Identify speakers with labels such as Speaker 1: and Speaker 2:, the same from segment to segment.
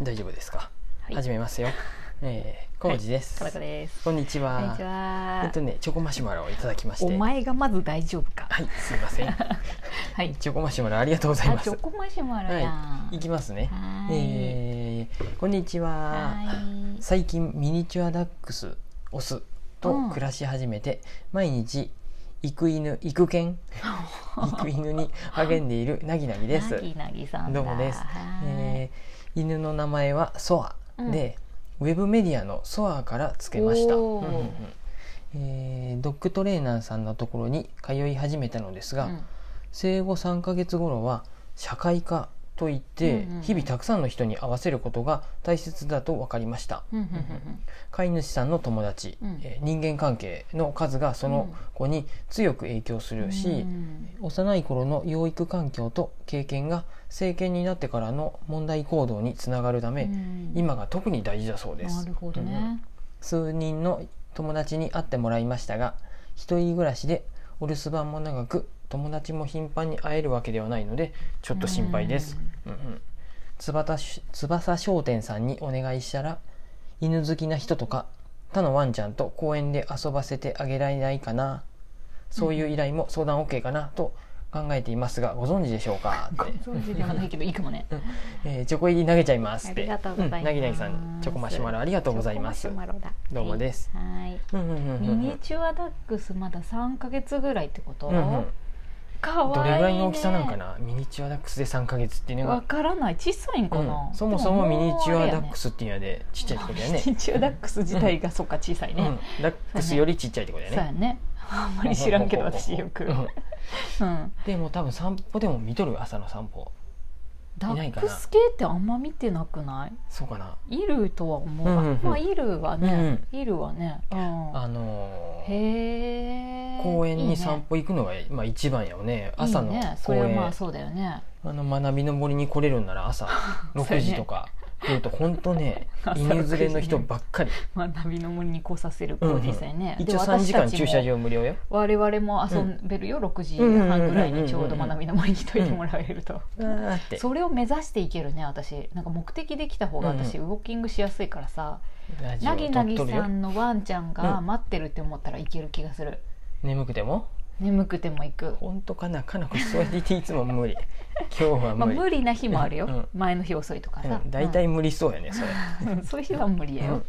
Speaker 1: 大丈夫ですか、
Speaker 2: はい
Speaker 1: 始めますよえー、コウジです、
Speaker 2: かなこです。
Speaker 1: こんにちは
Speaker 2: こんにち
Speaker 1: えっ
Speaker 2: は
Speaker 1: と。ねチョコマシュマロをいただきまして
Speaker 2: お前がまず大丈夫か。
Speaker 1: はいすいま せん
Speaker 2: はい。
Speaker 1: チョコマシュマロありがとうござい
Speaker 2: あ
Speaker 1: ます
Speaker 2: チョコマシュマロやん。
Speaker 1: いきますね
Speaker 2: はーい
Speaker 1: えー、こんにちは
Speaker 2: はーい
Speaker 1: 最近ミニチュアダックスオスと暮らし始めて、毎日育犬育 犬育犬に励んでいるなぎなぎです
Speaker 2: なぎなぎさんだ。
Speaker 1: どうもです
Speaker 2: は、ーい
Speaker 1: えー犬の名前はソア
Speaker 2: うん
Speaker 1: で、ウェブメディアのソアからつけました、
Speaker 2: おー
Speaker 1: うんうんうんえードッグトレーナーさんのところに通い始めたのですが、
Speaker 2: うん
Speaker 1: 生後3ヶ月頃は社会科といって、
Speaker 2: うんうんうん
Speaker 1: 日々たくさんの人に合わせることが大切だと分かりました、
Speaker 2: うんうん
Speaker 1: 飼い主さんの友達、
Speaker 2: うん
Speaker 1: えー人間関係の数がその子に強く影響す
Speaker 2: うんうん
Speaker 1: るし、
Speaker 2: うん
Speaker 1: 幼い頃の養育環境と経験が成犬になってからの問題行動につながるため、
Speaker 2: うん
Speaker 1: 今が特に大事だそうです
Speaker 2: なるほど
Speaker 1: うん
Speaker 2: ね。
Speaker 1: 数人の友達に会ってもらいましたが一人暮らしでお留守番も長く友達も頻繁に会えるわけではないのでちょっと心配です、うんうん、翼し翼商店さんにお願いしたら犬好きな人とか他のワンちゃんと公園で遊ばせてあげられないかなそういう依頼も相談 OK かなと考えていますがご存知でしょうかっ
Speaker 2: ご
Speaker 1: て、
Speaker 2: 存知ではないけど、いいかもね。
Speaker 1: えーチョコ入り投げちゃいますって
Speaker 2: ありがとうございます
Speaker 1: んなぎなぎさんチョコマシュマロありがとうございます
Speaker 2: チョコマシュマロだ
Speaker 1: どうもです。
Speaker 2: はい。
Speaker 1: うんうんうんう
Speaker 2: ミ
Speaker 1: ん
Speaker 2: ニチュアダックスまだ三ヶ月ぐらいってこと。
Speaker 1: うんうん
Speaker 2: かわいいね。
Speaker 1: どれぐらいの大きさなんかなミニチュアダックスで3ヶ月っていうの
Speaker 2: わ
Speaker 1: が、
Speaker 2: からない小さいんかな、
Speaker 1: うんそもそもミニチュアダック
Speaker 2: ス
Speaker 1: スっていうのでちっちゃいってことだよね
Speaker 2: ミニチュアダックス自体がそっか小さいね、
Speaker 1: うん、ダックスよりちっちゃいってことだ
Speaker 2: そう
Speaker 1: よ
Speaker 2: や
Speaker 1: ね
Speaker 2: ねあんまり知らんけど私よく、う
Speaker 1: うんん、でも多分散歩でも見とる朝の散歩
Speaker 2: ダ
Speaker 1: いない
Speaker 2: ッ
Speaker 1: かな
Speaker 2: クス系ってあんま見てなくない
Speaker 1: そうかな
Speaker 2: イルとは思う、
Speaker 1: うんうんうん
Speaker 2: まあイルはね、イルはね、うん
Speaker 1: あのー
Speaker 2: へえ
Speaker 1: 公園に散歩行くのがまあ、一番やよね朝の
Speaker 2: いいねそ
Speaker 1: 公
Speaker 2: れ
Speaker 1: 園
Speaker 2: はまあそうだよね
Speaker 1: あの学びの森に来れるんなら 朝
Speaker 2: そう
Speaker 1: 6
Speaker 2: やね
Speaker 1: 時とか来ると本当ね
Speaker 2: 朝
Speaker 1: 犬連れの人
Speaker 2: 6時ね
Speaker 1: ばっかり
Speaker 2: 学びの森に来させる工事さんね、で
Speaker 1: 一応3時間
Speaker 2: 私たち
Speaker 1: 駐
Speaker 2: も
Speaker 1: 車場無料よ
Speaker 2: 我々も遊べるよ、6時半ぐらいにちょうど学びの森にといてもらえると、
Speaker 1: あーって
Speaker 2: それを目指していけるね私なんか目的できた方が私、ウォーキングしやすいからさ
Speaker 1: ラジオ
Speaker 2: なぎなぎ
Speaker 1: 撮っとるよ
Speaker 2: さんのワンちゃんが
Speaker 1: うん
Speaker 2: 待ってるって思ったらいける気がする、
Speaker 1: 眠くても
Speaker 2: 眠くても行く、
Speaker 1: 本当かなかなこ座りていつも 無理今日は
Speaker 2: まあ、
Speaker 1: 無理、
Speaker 2: 無理な日もあるよ、
Speaker 1: うん
Speaker 2: 前の日遅いとかさ、
Speaker 1: うん大体無理そうやねそれ
Speaker 2: うん そういう日は無理や
Speaker 1: う
Speaker 2: よ
Speaker 1: ん、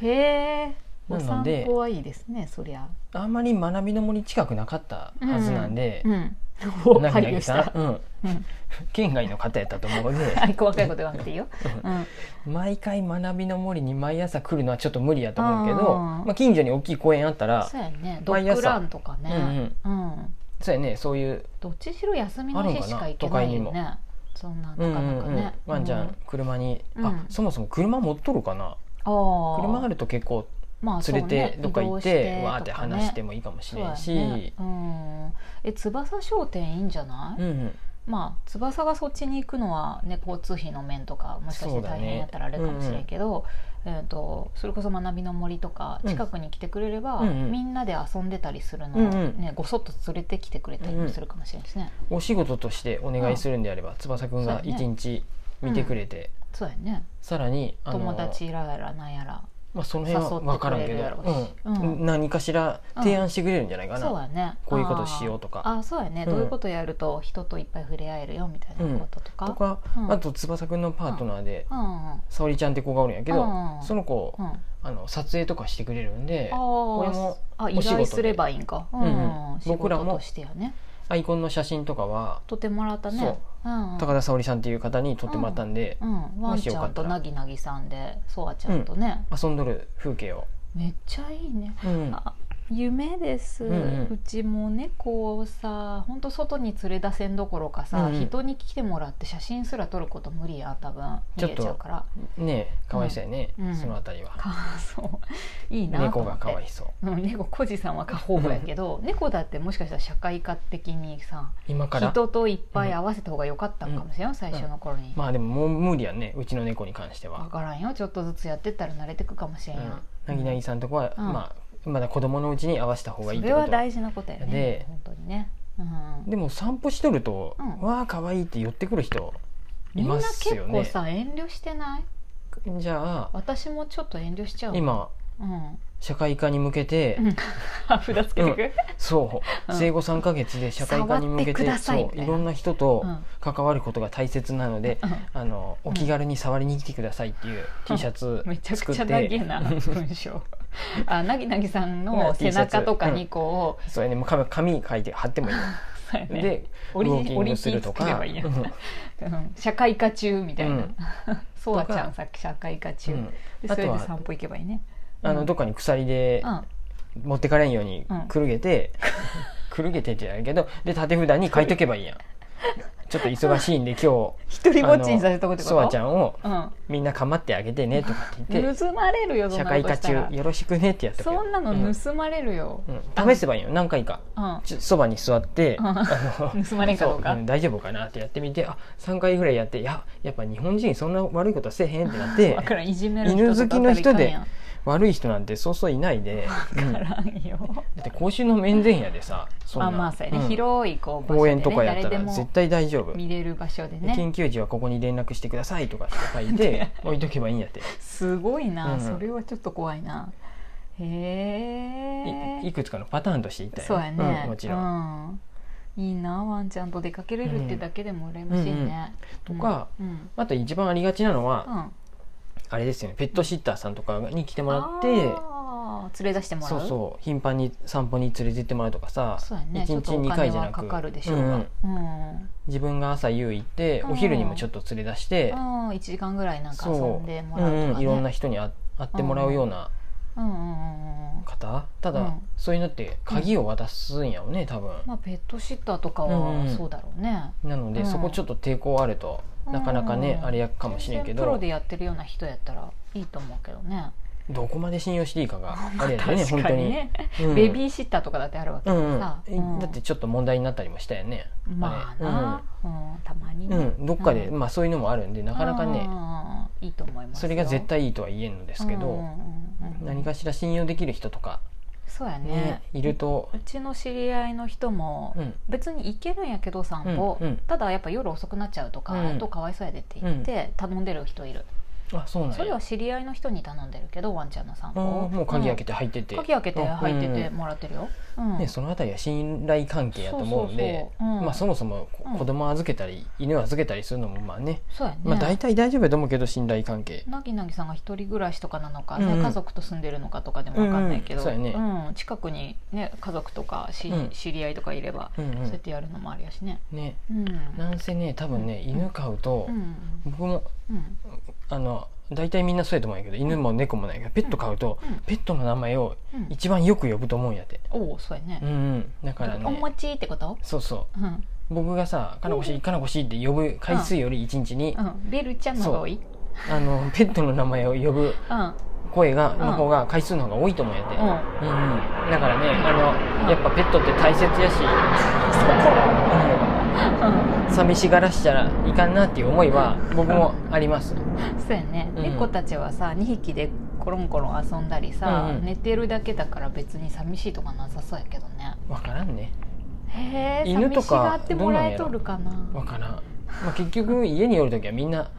Speaker 2: へえお
Speaker 1: なの
Speaker 2: 散
Speaker 1: で
Speaker 2: 歩はいいですねそりゃ
Speaker 1: あんまり学びの森近くなかったはずなんで
Speaker 2: う、ん、 お
Speaker 1: なぎ
Speaker 2: 配
Speaker 1: な
Speaker 2: 慮
Speaker 1: ぎ
Speaker 2: し
Speaker 1: さ
Speaker 2: た
Speaker 1: ん、、うん、
Speaker 2: うん、
Speaker 1: 県外の方やったと思うので
Speaker 2: あ細かいこと言わなくていいよ、うん
Speaker 1: 毎回学びの森に毎朝来るのはちょっと無理やと思うけど
Speaker 2: あー
Speaker 1: まあ、近所に大きい公園あったら
Speaker 2: そうやねド
Speaker 1: 毎
Speaker 2: ッ
Speaker 1: 朝
Speaker 2: グランとかね、うん、
Speaker 1: そうやねそういう、
Speaker 2: どっちしろ休みの日しか行けないよ
Speaker 1: あるんか
Speaker 2: ねそんなな
Speaker 1: うんう
Speaker 2: か
Speaker 1: ん
Speaker 2: な
Speaker 1: う
Speaker 2: か
Speaker 1: ん
Speaker 2: ね、
Speaker 1: ワンちゃ
Speaker 2: うん
Speaker 1: ん車に、
Speaker 2: う
Speaker 1: あ
Speaker 2: ん
Speaker 1: そもそも車持っとるかな
Speaker 2: ああ
Speaker 1: 車あると結構
Speaker 2: まあそうね
Speaker 1: 連れてどっか行って,、
Speaker 2: 移動
Speaker 1: わーって話して
Speaker 2: も
Speaker 1: もいいかもしれんし、
Speaker 2: そうやねうんえ翼商店いいんじゃない、
Speaker 1: うんうん
Speaker 2: まあ翼がそっちに行くのは、ね、交通費の面とかもしかし
Speaker 1: そう
Speaker 2: て
Speaker 1: だね
Speaker 2: 大変やったらあれかもしれんけどそ,、えー、とそれこそ学びの森とか
Speaker 1: うん
Speaker 2: 近くに来てくれれば、
Speaker 1: うんうん
Speaker 2: みんなで遊んでたりするのを、
Speaker 1: うんうん
Speaker 2: ね、ごそっと連れてきてくれたりもするかもしれんしね、
Speaker 1: お仕事としてお願いするんであれば、翼くんが一日見てくれて、
Speaker 2: そうやね
Speaker 1: さらにあの
Speaker 2: 友達らやらなんやら
Speaker 1: まあ、その辺は分からんけ
Speaker 2: 誘ってくれるやろ
Speaker 1: ど
Speaker 2: し、
Speaker 1: うん
Speaker 2: うん
Speaker 1: 何かしら提案してくれるんじゃないかな、
Speaker 2: そうやね
Speaker 1: こういうことしようとか
Speaker 2: あーあーそうやね、
Speaker 1: うん
Speaker 2: どういうことやると人といっぱい触れ合えるよみたいなこととか、
Speaker 1: とか、
Speaker 2: うん
Speaker 1: あと翼くんのパートナーで、
Speaker 2: うんうんうん
Speaker 1: 沙織ちゃんって子がおるんやけど、
Speaker 2: うん
Speaker 1: その子、
Speaker 2: あ
Speaker 1: あの撮影とかしてくれるんでこれ
Speaker 2: ー
Speaker 1: も
Speaker 2: あ
Speaker 1: お
Speaker 2: 依
Speaker 1: 仕事
Speaker 2: 頼
Speaker 1: です
Speaker 2: ればいいんか、うん
Speaker 1: うんうん
Speaker 2: 仕
Speaker 1: 僕ら
Speaker 2: 事
Speaker 1: も
Speaker 2: としてやね
Speaker 1: アイコンの写真とかは
Speaker 2: 撮ってもらったね
Speaker 1: そう、
Speaker 2: んうん
Speaker 1: 高田沙織さんっていう方に撮ってもらったんで、
Speaker 2: うん、ワンちゃんとなぎなぎさんでソアちゃんとね、
Speaker 1: 遊んどる風景を、
Speaker 2: めっちゃいいね
Speaker 1: うん
Speaker 2: あ夢です、
Speaker 1: う
Speaker 2: うん
Speaker 1: うん
Speaker 2: ちも猫をさほんと外に連れ出せんどころかさ、
Speaker 1: うんうん
Speaker 2: 人に来てもらって写真すら撮ること無理や多分
Speaker 1: ちょっと
Speaker 2: 見えちゃうから
Speaker 1: ねえかわいそうやね、
Speaker 2: うん
Speaker 1: そのあたりは、
Speaker 2: かそういいなと
Speaker 1: 猫
Speaker 2: 思って
Speaker 1: がかわいそう
Speaker 2: うん、猫コジさんは過保護やけど猫だってもしかしたら社会科的にさ
Speaker 1: 今から
Speaker 2: 人といっぱい合わせた方が良かったんかもしれん、最初の頃に、
Speaker 1: まあでももう無理やねうちの猫に関しては
Speaker 2: 分からんよちょっとずつやってったら慣れてくかもしれんよ、
Speaker 1: なぎなぎさんとこは、
Speaker 2: うん
Speaker 1: まあ、まだ子供のうちに合わせた方がいいっ
Speaker 2: そ
Speaker 1: て
Speaker 2: れ
Speaker 1: こ
Speaker 2: は
Speaker 1: と
Speaker 2: 大事なことやね
Speaker 1: で
Speaker 2: 本当にね、うん、
Speaker 1: でも散歩しとると、
Speaker 2: うん
Speaker 1: わあ可愛いって寄ってくる人い
Speaker 2: みんな
Speaker 1: ます
Speaker 2: 結
Speaker 1: よね
Speaker 2: 構さ遠慮してない
Speaker 1: じゃあ
Speaker 2: 私もちょっと遠慮しちゃう
Speaker 1: 今
Speaker 2: うん
Speaker 1: 社会科に向けて、
Speaker 2: うん札つけてく、
Speaker 1: そうう、
Speaker 2: ん
Speaker 1: 生後3ヶ月で社会科に向け
Speaker 2: 触っ
Speaker 1: て
Speaker 2: てください
Speaker 1: そう
Speaker 2: みたいない
Speaker 1: ろんな人と
Speaker 2: うん
Speaker 1: 関わることが大切なので、あの
Speaker 2: うん
Speaker 1: お気軽に触りに来てくださいっていう T シャツ
Speaker 2: めちゃ
Speaker 1: 作
Speaker 2: く
Speaker 1: っ
Speaker 2: ち
Speaker 1: て、
Speaker 2: ゃなげな文章あなぎなぎさんの
Speaker 1: な
Speaker 2: 背
Speaker 1: T シャツ
Speaker 2: 中とかにこ
Speaker 1: それねもう紙紙書いて貼ってもいいよ、
Speaker 2: う、そうや ね
Speaker 1: でウ
Speaker 2: オリ
Speaker 1: ォーキングすると
Speaker 2: オリティ作れ
Speaker 1: か
Speaker 2: ばいいや
Speaker 1: うん
Speaker 2: うん社会科中みたいな、
Speaker 1: う
Speaker 2: そうわちゃんさっき社会科中、
Speaker 1: うん
Speaker 2: で
Speaker 1: あ
Speaker 2: そ
Speaker 1: と
Speaker 2: れで
Speaker 1: は
Speaker 2: 散歩行けばいいね
Speaker 1: あのどっかに鎖で
Speaker 2: うん
Speaker 1: 持ってかれんように
Speaker 2: うん
Speaker 1: くるげ て、くるげてってやるけどで縦札に書いとけばいいやんちょっと忙しいん で今
Speaker 2: 一
Speaker 1: 日
Speaker 2: 人ぼっちにさせとくってこと
Speaker 1: ソワち
Speaker 2: ん
Speaker 1: ゃんを
Speaker 2: うん
Speaker 1: みんな構ってあげてねとかって言って
Speaker 2: 盗まれるよそん
Speaker 1: 社
Speaker 2: な
Speaker 1: 会
Speaker 2: こと
Speaker 1: 科
Speaker 2: したら
Speaker 1: 中よろしくねってやった
Speaker 2: そんなの盗まれるよ、
Speaker 1: うんうん、試せばいいよ何回か
Speaker 2: うん
Speaker 1: ちょそばに座って、
Speaker 2: うん
Speaker 1: あの
Speaker 2: 盗まれんかどうか
Speaker 1: そん大丈夫かなってやってみてあ3回ぐらいやっていややっぱ日本人そんな悪いことせえへんってなっ て
Speaker 2: わからんいじめる人
Speaker 1: 犬好きの人で
Speaker 2: わ
Speaker 1: 悪い人なんてそうそういないで、うんだ
Speaker 2: からんよ、
Speaker 1: って公衆の面前やでさそんな
Speaker 2: あまあそうやね、
Speaker 1: ん
Speaker 2: 広いこう場所
Speaker 1: 公
Speaker 2: で、
Speaker 1: 園
Speaker 2: ね、
Speaker 1: とかやった
Speaker 2: 誰
Speaker 1: ら
Speaker 2: でも
Speaker 1: 絶対大丈夫、
Speaker 2: 見れる場所で
Speaker 1: で
Speaker 2: ね
Speaker 1: 緊急時はここに連絡してくださいとかって書いて置いとけばいいんやって、
Speaker 2: すごいな、
Speaker 1: うん
Speaker 2: それはちょっと怖いなへえ
Speaker 1: いいくつかのパターンとしていったよ
Speaker 2: そうやね、
Speaker 1: うんもちろん、
Speaker 2: ん、いいなワンちゃんと出かけれるってだけでも羨ましいね、
Speaker 1: うんうんとか
Speaker 2: うん
Speaker 1: あと一番ありがちなのは、
Speaker 2: うんうん
Speaker 1: あれですよねペットシッターさんとかに来てもらって
Speaker 2: あー連れ出してもら
Speaker 1: そう
Speaker 2: うう
Speaker 1: そう頻繁に散歩に連れてってもらうとかさ
Speaker 2: そうやねち
Speaker 1: 一
Speaker 2: ょっと
Speaker 1: 日
Speaker 2: お
Speaker 1: 2
Speaker 2: 金
Speaker 1: 回じゃ
Speaker 2: は
Speaker 1: な
Speaker 2: か
Speaker 1: く
Speaker 2: かるでしょうが、うん
Speaker 1: 自分が朝夕行って
Speaker 2: うん
Speaker 1: お昼にもちょっと連れ出して
Speaker 2: うん、1時間ぐらいなんか遊
Speaker 1: そ
Speaker 2: ん
Speaker 1: う
Speaker 2: でも
Speaker 1: う
Speaker 2: らうとか、ね
Speaker 1: んうんいろんな人にあ会ってもらうような
Speaker 2: うんうんうんうん
Speaker 1: 方た
Speaker 2: う
Speaker 1: だ
Speaker 2: ん
Speaker 1: そういうのって鍵を渡すんやろね多分
Speaker 2: まあペットシッターとか
Speaker 1: うんう
Speaker 2: は
Speaker 1: ん
Speaker 2: そうだろうね、
Speaker 1: なの
Speaker 2: う
Speaker 1: で
Speaker 2: ん
Speaker 1: そこちょっと抵抗あるとなかなかね
Speaker 2: うん
Speaker 1: あれやかもしれんけ
Speaker 2: 全然プロ
Speaker 1: ど
Speaker 2: でやってるような人やったらいいと思うけどね
Speaker 1: どこまで信用していいかがあれやでね
Speaker 2: 確
Speaker 1: 本
Speaker 2: か
Speaker 1: 当
Speaker 2: に
Speaker 1: に
Speaker 2: ね、
Speaker 1: うん
Speaker 2: ベビーシッターとかだってあるわけ
Speaker 1: う
Speaker 2: だ
Speaker 1: ん
Speaker 2: から
Speaker 1: うん
Speaker 2: さ、
Speaker 1: えだってちょっと問題になったりもしたよね
Speaker 2: ま
Speaker 1: れ
Speaker 2: あな、うんたまに
Speaker 1: う
Speaker 2: ね、
Speaker 1: んうんどっかで
Speaker 2: う
Speaker 1: まあそういうのもあるんでなかなかね
Speaker 2: うんいいと思いますよ
Speaker 1: それが絶対いいとは言えんのですけ
Speaker 2: うんうん
Speaker 1: ど、
Speaker 2: うんうん
Speaker 1: 何かしら信用できる人とか
Speaker 2: そうやね
Speaker 1: ねいると
Speaker 2: うちの知り合いの人も、
Speaker 1: うん
Speaker 2: 別に行けるんやけど散歩、
Speaker 1: うんうん
Speaker 2: ただやっぱ夜遅くなっちゃうとか、
Speaker 1: うん
Speaker 2: あとかわいそうやでって言って頼んでる人いる、
Speaker 1: あそうなんや
Speaker 2: それは知り合いの人に頼んでるけどワンちゃんの散
Speaker 1: あ
Speaker 2: 歩を
Speaker 1: ーもう鍵開け
Speaker 2: て、
Speaker 1: て入ってて、
Speaker 2: うん鍵開けて入ってて
Speaker 1: うん
Speaker 2: もらってるよ、うん
Speaker 1: ね、そのあたりは信頼関係やと思うんで
Speaker 2: そうそうそううん
Speaker 1: まあそもそもこ
Speaker 2: うん
Speaker 1: 子供預けたり犬預けたりするのもまあね、
Speaker 2: そうやね、
Speaker 1: まあ大体大丈夫やと思うけど信頼関係
Speaker 2: なぎなぎさんが一人暮らしとかなのかね、
Speaker 1: うんうん
Speaker 2: 家族と住んでるのかとかでもわかんないけど、
Speaker 1: うんうんそうやね
Speaker 2: ん近くに、ね、家族とかし、
Speaker 1: うん
Speaker 2: 知り合いとかいれば、
Speaker 1: うん
Speaker 2: そうやっ
Speaker 1: う
Speaker 2: てやるのもありやしね。
Speaker 1: んね
Speaker 2: うん、
Speaker 1: なんせね多分ね犬飼うと、
Speaker 2: うん
Speaker 1: 僕も
Speaker 2: うん
Speaker 1: あの大体みんなそうやと思うんやけど犬も猫もないけどペット飼うと、
Speaker 2: うん
Speaker 1: ペットの名前を
Speaker 2: うん、
Speaker 1: 一番よく呼ぶと思うんやって、
Speaker 2: おおそうやね
Speaker 1: うん、うん、だから
Speaker 2: お
Speaker 1: ね
Speaker 2: もちってこと、
Speaker 1: そうそう
Speaker 2: うんうん、
Speaker 1: 僕がさ「かなこしいかなこしい」って呼ぶ回数より一日に、
Speaker 2: ベルちゃんの方が多い
Speaker 1: あのペットの名前を呼ぶ
Speaker 2: うんうん
Speaker 1: 声が、
Speaker 2: ん
Speaker 1: の方が回数の方が多いと思うんやって、うんうん、だからねあ
Speaker 2: うん
Speaker 1: のやっぱペットって大切やし、
Speaker 2: うん
Speaker 1: うん寂しがらしちゃいかんなっていう思いは僕もあります、
Speaker 2: そうやね、
Speaker 1: うん
Speaker 2: 猫たちはさ2匹でコロンコロン遊んだりさ、
Speaker 1: うんうん
Speaker 2: 寝てるだけだから別に寂しいとかなさそうやけどね
Speaker 1: わからんね
Speaker 2: へえ
Speaker 1: 犬
Speaker 2: 寂
Speaker 1: と
Speaker 2: し
Speaker 1: か
Speaker 2: がってもらえとるかな
Speaker 1: わからん、まあ、結局家におる時はみんな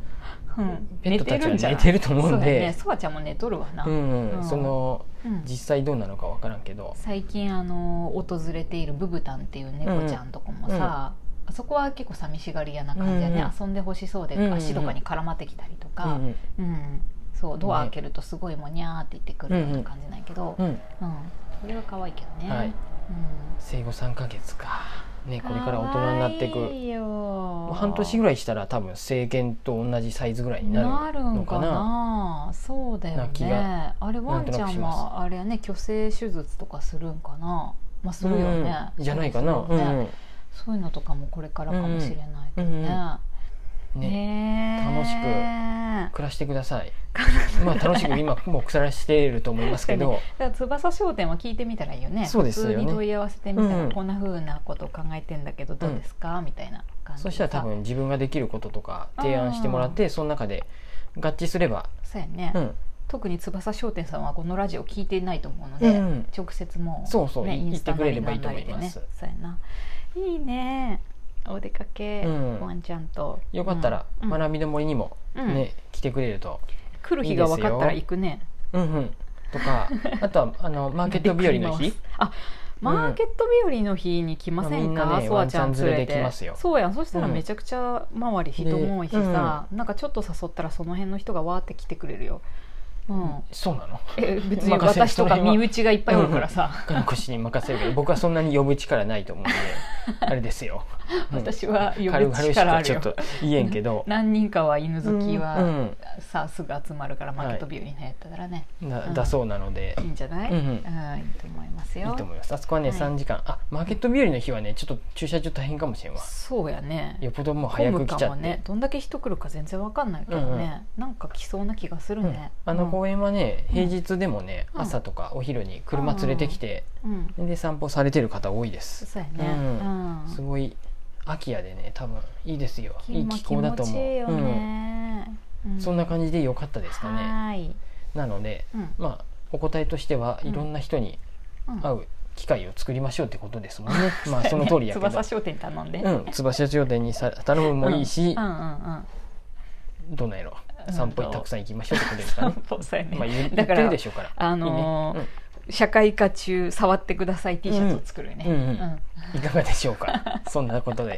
Speaker 2: うん
Speaker 1: ペットたちは
Speaker 2: ない
Speaker 1: 寝てると思うんで
Speaker 2: そうやねそばちゃんも寝とるわな、
Speaker 1: うん、
Speaker 2: うん
Speaker 1: その
Speaker 2: うん
Speaker 1: 実際どうなのかわからんけど、
Speaker 2: 最近あの訪れているブブタンっていう猫ちゃんとかもさ、あそこは結構寂しがり屋な感じやね、
Speaker 1: うんうん
Speaker 2: 遊んでほしそうで、
Speaker 1: うんうんうん
Speaker 2: 足とかに絡まってきたりと
Speaker 1: うんう
Speaker 2: か、
Speaker 1: ん
Speaker 2: うんそうドア開けるとすごいもにゃーって言ってくるような感じなんやけど、うん
Speaker 1: うん、
Speaker 2: それは可愛いけどね、
Speaker 1: は
Speaker 2: うん
Speaker 1: い、生後3ヶ月かねこれから大人になっていく
Speaker 2: 可愛いよ
Speaker 1: もう半年ぐらいしたら多分成犬と同じサイズぐらいにな
Speaker 2: なる
Speaker 1: るの
Speaker 2: ん
Speaker 1: か
Speaker 2: か
Speaker 1: な
Speaker 2: なそうだよ
Speaker 1: な気
Speaker 2: ね
Speaker 1: が
Speaker 2: あれワンち
Speaker 1: なん
Speaker 2: ゃ
Speaker 1: となく
Speaker 2: ん
Speaker 1: します
Speaker 2: もあれやね去勢手術とかするんかなまあするよね、
Speaker 1: うんじゃないかな、
Speaker 2: そうう,、ね
Speaker 1: ん
Speaker 2: そういうのとかもこれからかもしれないけど
Speaker 1: うんうん
Speaker 2: ね、
Speaker 1: うんね
Speaker 2: ねえ
Speaker 1: 楽し
Speaker 2: だ
Speaker 1: 暮らしてくださいまあ楽しく今もう腐らしていると思いますけど、
Speaker 2: から翼商店は聞いてみたらいいよね
Speaker 1: そうですよね
Speaker 2: 普通に問い合わせてみたら、
Speaker 1: うん
Speaker 2: こんなふうなことを考えてんだけどどうですか、みたいな感じ
Speaker 1: そ
Speaker 2: でさ
Speaker 1: したら多分自分ができることとか提案してもらってその中で合致すれば、
Speaker 2: そうやね、
Speaker 1: うん、
Speaker 2: 特に翼商店さんはこのラジオ聞いてないと思うので、
Speaker 1: うん
Speaker 2: 直接もう
Speaker 1: そうそう
Speaker 2: ね、
Speaker 1: 言
Speaker 2: イン
Speaker 1: っ
Speaker 2: ス
Speaker 1: て
Speaker 2: タ
Speaker 1: く
Speaker 2: な
Speaker 1: れれ
Speaker 2: り
Speaker 1: ば
Speaker 2: ない
Speaker 1: い
Speaker 2: ん
Speaker 1: と
Speaker 2: な
Speaker 1: 思
Speaker 2: り
Speaker 1: い
Speaker 2: で
Speaker 1: ま
Speaker 2: ね
Speaker 1: す、
Speaker 2: そうやないいねお出かけ、
Speaker 1: うん
Speaker 2: ワンちゃんと
Speaker 1: よかったら
Speaker 2: うん
Speaker 1: 学びの森にも
Speaker 2: う
Speaker 1: ね、
Speaker 2: ん
Speaker 1: 来てくれると
Speaker 2: 来る日が分かったら行くね
Speaker 1: うんうんとかあとはあのマーケット日和の
Speaker 2: び
Speaker 1: 日
Speaker 2: っくり回す あマーケット日和の日に来ません
Speaker 1: うんみんな
Speaker 2: か、
Speaker 1: ね
Speaker 2: ソワちゃ
Speaker 1: ワ
Speaker 2: ん連
Speaker 1: ンちゃん
Speaker 2: れ
Speaker 1: 連れ
Speaker 2: て
Speaker 1: てきますよ
Speaker 2: そうやんそしたら
Speaker 1: うん
Speaker 2: めちゃくちゃ周り人も多いしさ、なんかちょっと誘ったらその辺の人がわーって来てくれるよ、うん、
Speaker 1: そうなの
Speaker 2: え別に
Speaker 1: 任せ
Speaker 2: 私と
Speaker 1: その
Speaker 2: か
Speaker 1: 辺は
Speaker 2: 身内がいっぱいおるからさ、
Speaker 1: 金腰に任せるけど僕はそんなに呼ぶ力ないと思うん であれですよ、うん
Speaker 2: 私は呼
Speaker 1: 軽
Speaker 2: ぶ
Speaker 1: 々しく
Speaker 2: 力あ
Speaker 1: は
Speaker 2: る
Speaker 1: ちょ
Speaker 2: よ
Speaker 1: っと言えんけど
Speaker 2: 何人かは犬好きは、
Speaker 1: うん
Speaker 2: さすぐ集まるからマーケットビューにやったらね、
Speaker 1: うんな
Speaker 2: うん
Speaker 1: だそうなので、
Speaker 2: い、いんじゃない、
Speaker 1: うんうん
Speaker 2: いいと思いますよ
Speaker 1: いいと思いますあそこはね、
Speaker 2: はい
Speaker 1: 3時間あマーケット日和の日はねちょっと駐車場大変かもしれんわ
Speaker 2: そうやね
Speaker 1: よっぽどもう
Speaker 2: 混
Speaker 1: 早
Speaker 2: む
Speaker 1: く
Speaker 2: か
Speaker 1: 来ちゃ
Speaker 2: も
Speaker 1: って、
Speaker 2: ねどんだけ人来るか全然わかんないけどね、なんか来そうな気がする
Speaker 1: うん
Speaker 2: ね、
Speaker 1: あの公園はね
Speaker 2: うん
Speaker 1: 平日でもね、
Speaker 2: うん
Speaker 1: 朝とかお昼に車連れてきて、
Speaker 2: うん、うん
Speaker 1: で散歩されてる方多いです、
Speaker 2: そうやね、
Speaker 1: うん
Speaker 2: うん
Speaker 1: すごい秋やでね多分いいですよいい気候だと思う
Speaker 2: 気持ちいいよね、う
Speaker 1: うん、そんな感じで良かったですかね
Speaker 2: はーい、
Speaker 1: なので
Speaker 2: うん
Speaker 1: まあお答えとしては
Speaker 2: うん
Speaker 1: いろんな人に
Speaker 2: うん
Speaker 1: 会う機会を作りましょうってことですもん ね、まあ
Speaker 2: うや
Speaker 1: そ
Speaker 2: ね
Speaker 1: の通りやけど
Speaker 2: 翼商店頼んで、
Speaker 1: うん翼商店にさ頼むもいいし
Speaker 2: うん、うんうんうん
Speaker 1: どんなんやろ
Speaker 2: うん
Speaker 1: 散歩にたくさん行きましょうってことですかね
Speaker 2: 散歩 そうやね、
Speaker 1: まあ言う言
Speaker 2: だ
Speaker 1: っ
Speaker 2: か
Speaker 1: て
Speaker 2: ら
Speaker 1: るでしょうから
Speaker 2: あのー社会科中触ってください T シャツを作るね、
Speaker 1: うんうんいいねうんいかがでしょうかそんなこと で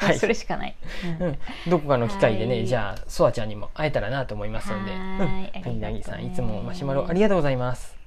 Speaker 1: は
Speaker 2: はい、
Speaker 1: い
Speaker 2: それしかない、うん
Speaker 1: うん、どこかの機会でね、
Speaker 2: はい
Speaker 1: じゃあソアちゃんにも会えたらなと思いますので、
Speaker 2: は
Speaker 1: う
Speaker 2: ーい
Speaker 1: ん、
Speaker 2: ありがと
Speaker 1: なぎ
Speaker 2: うね
Speaker 1: なぎさんいつもマシュマロありがとうございます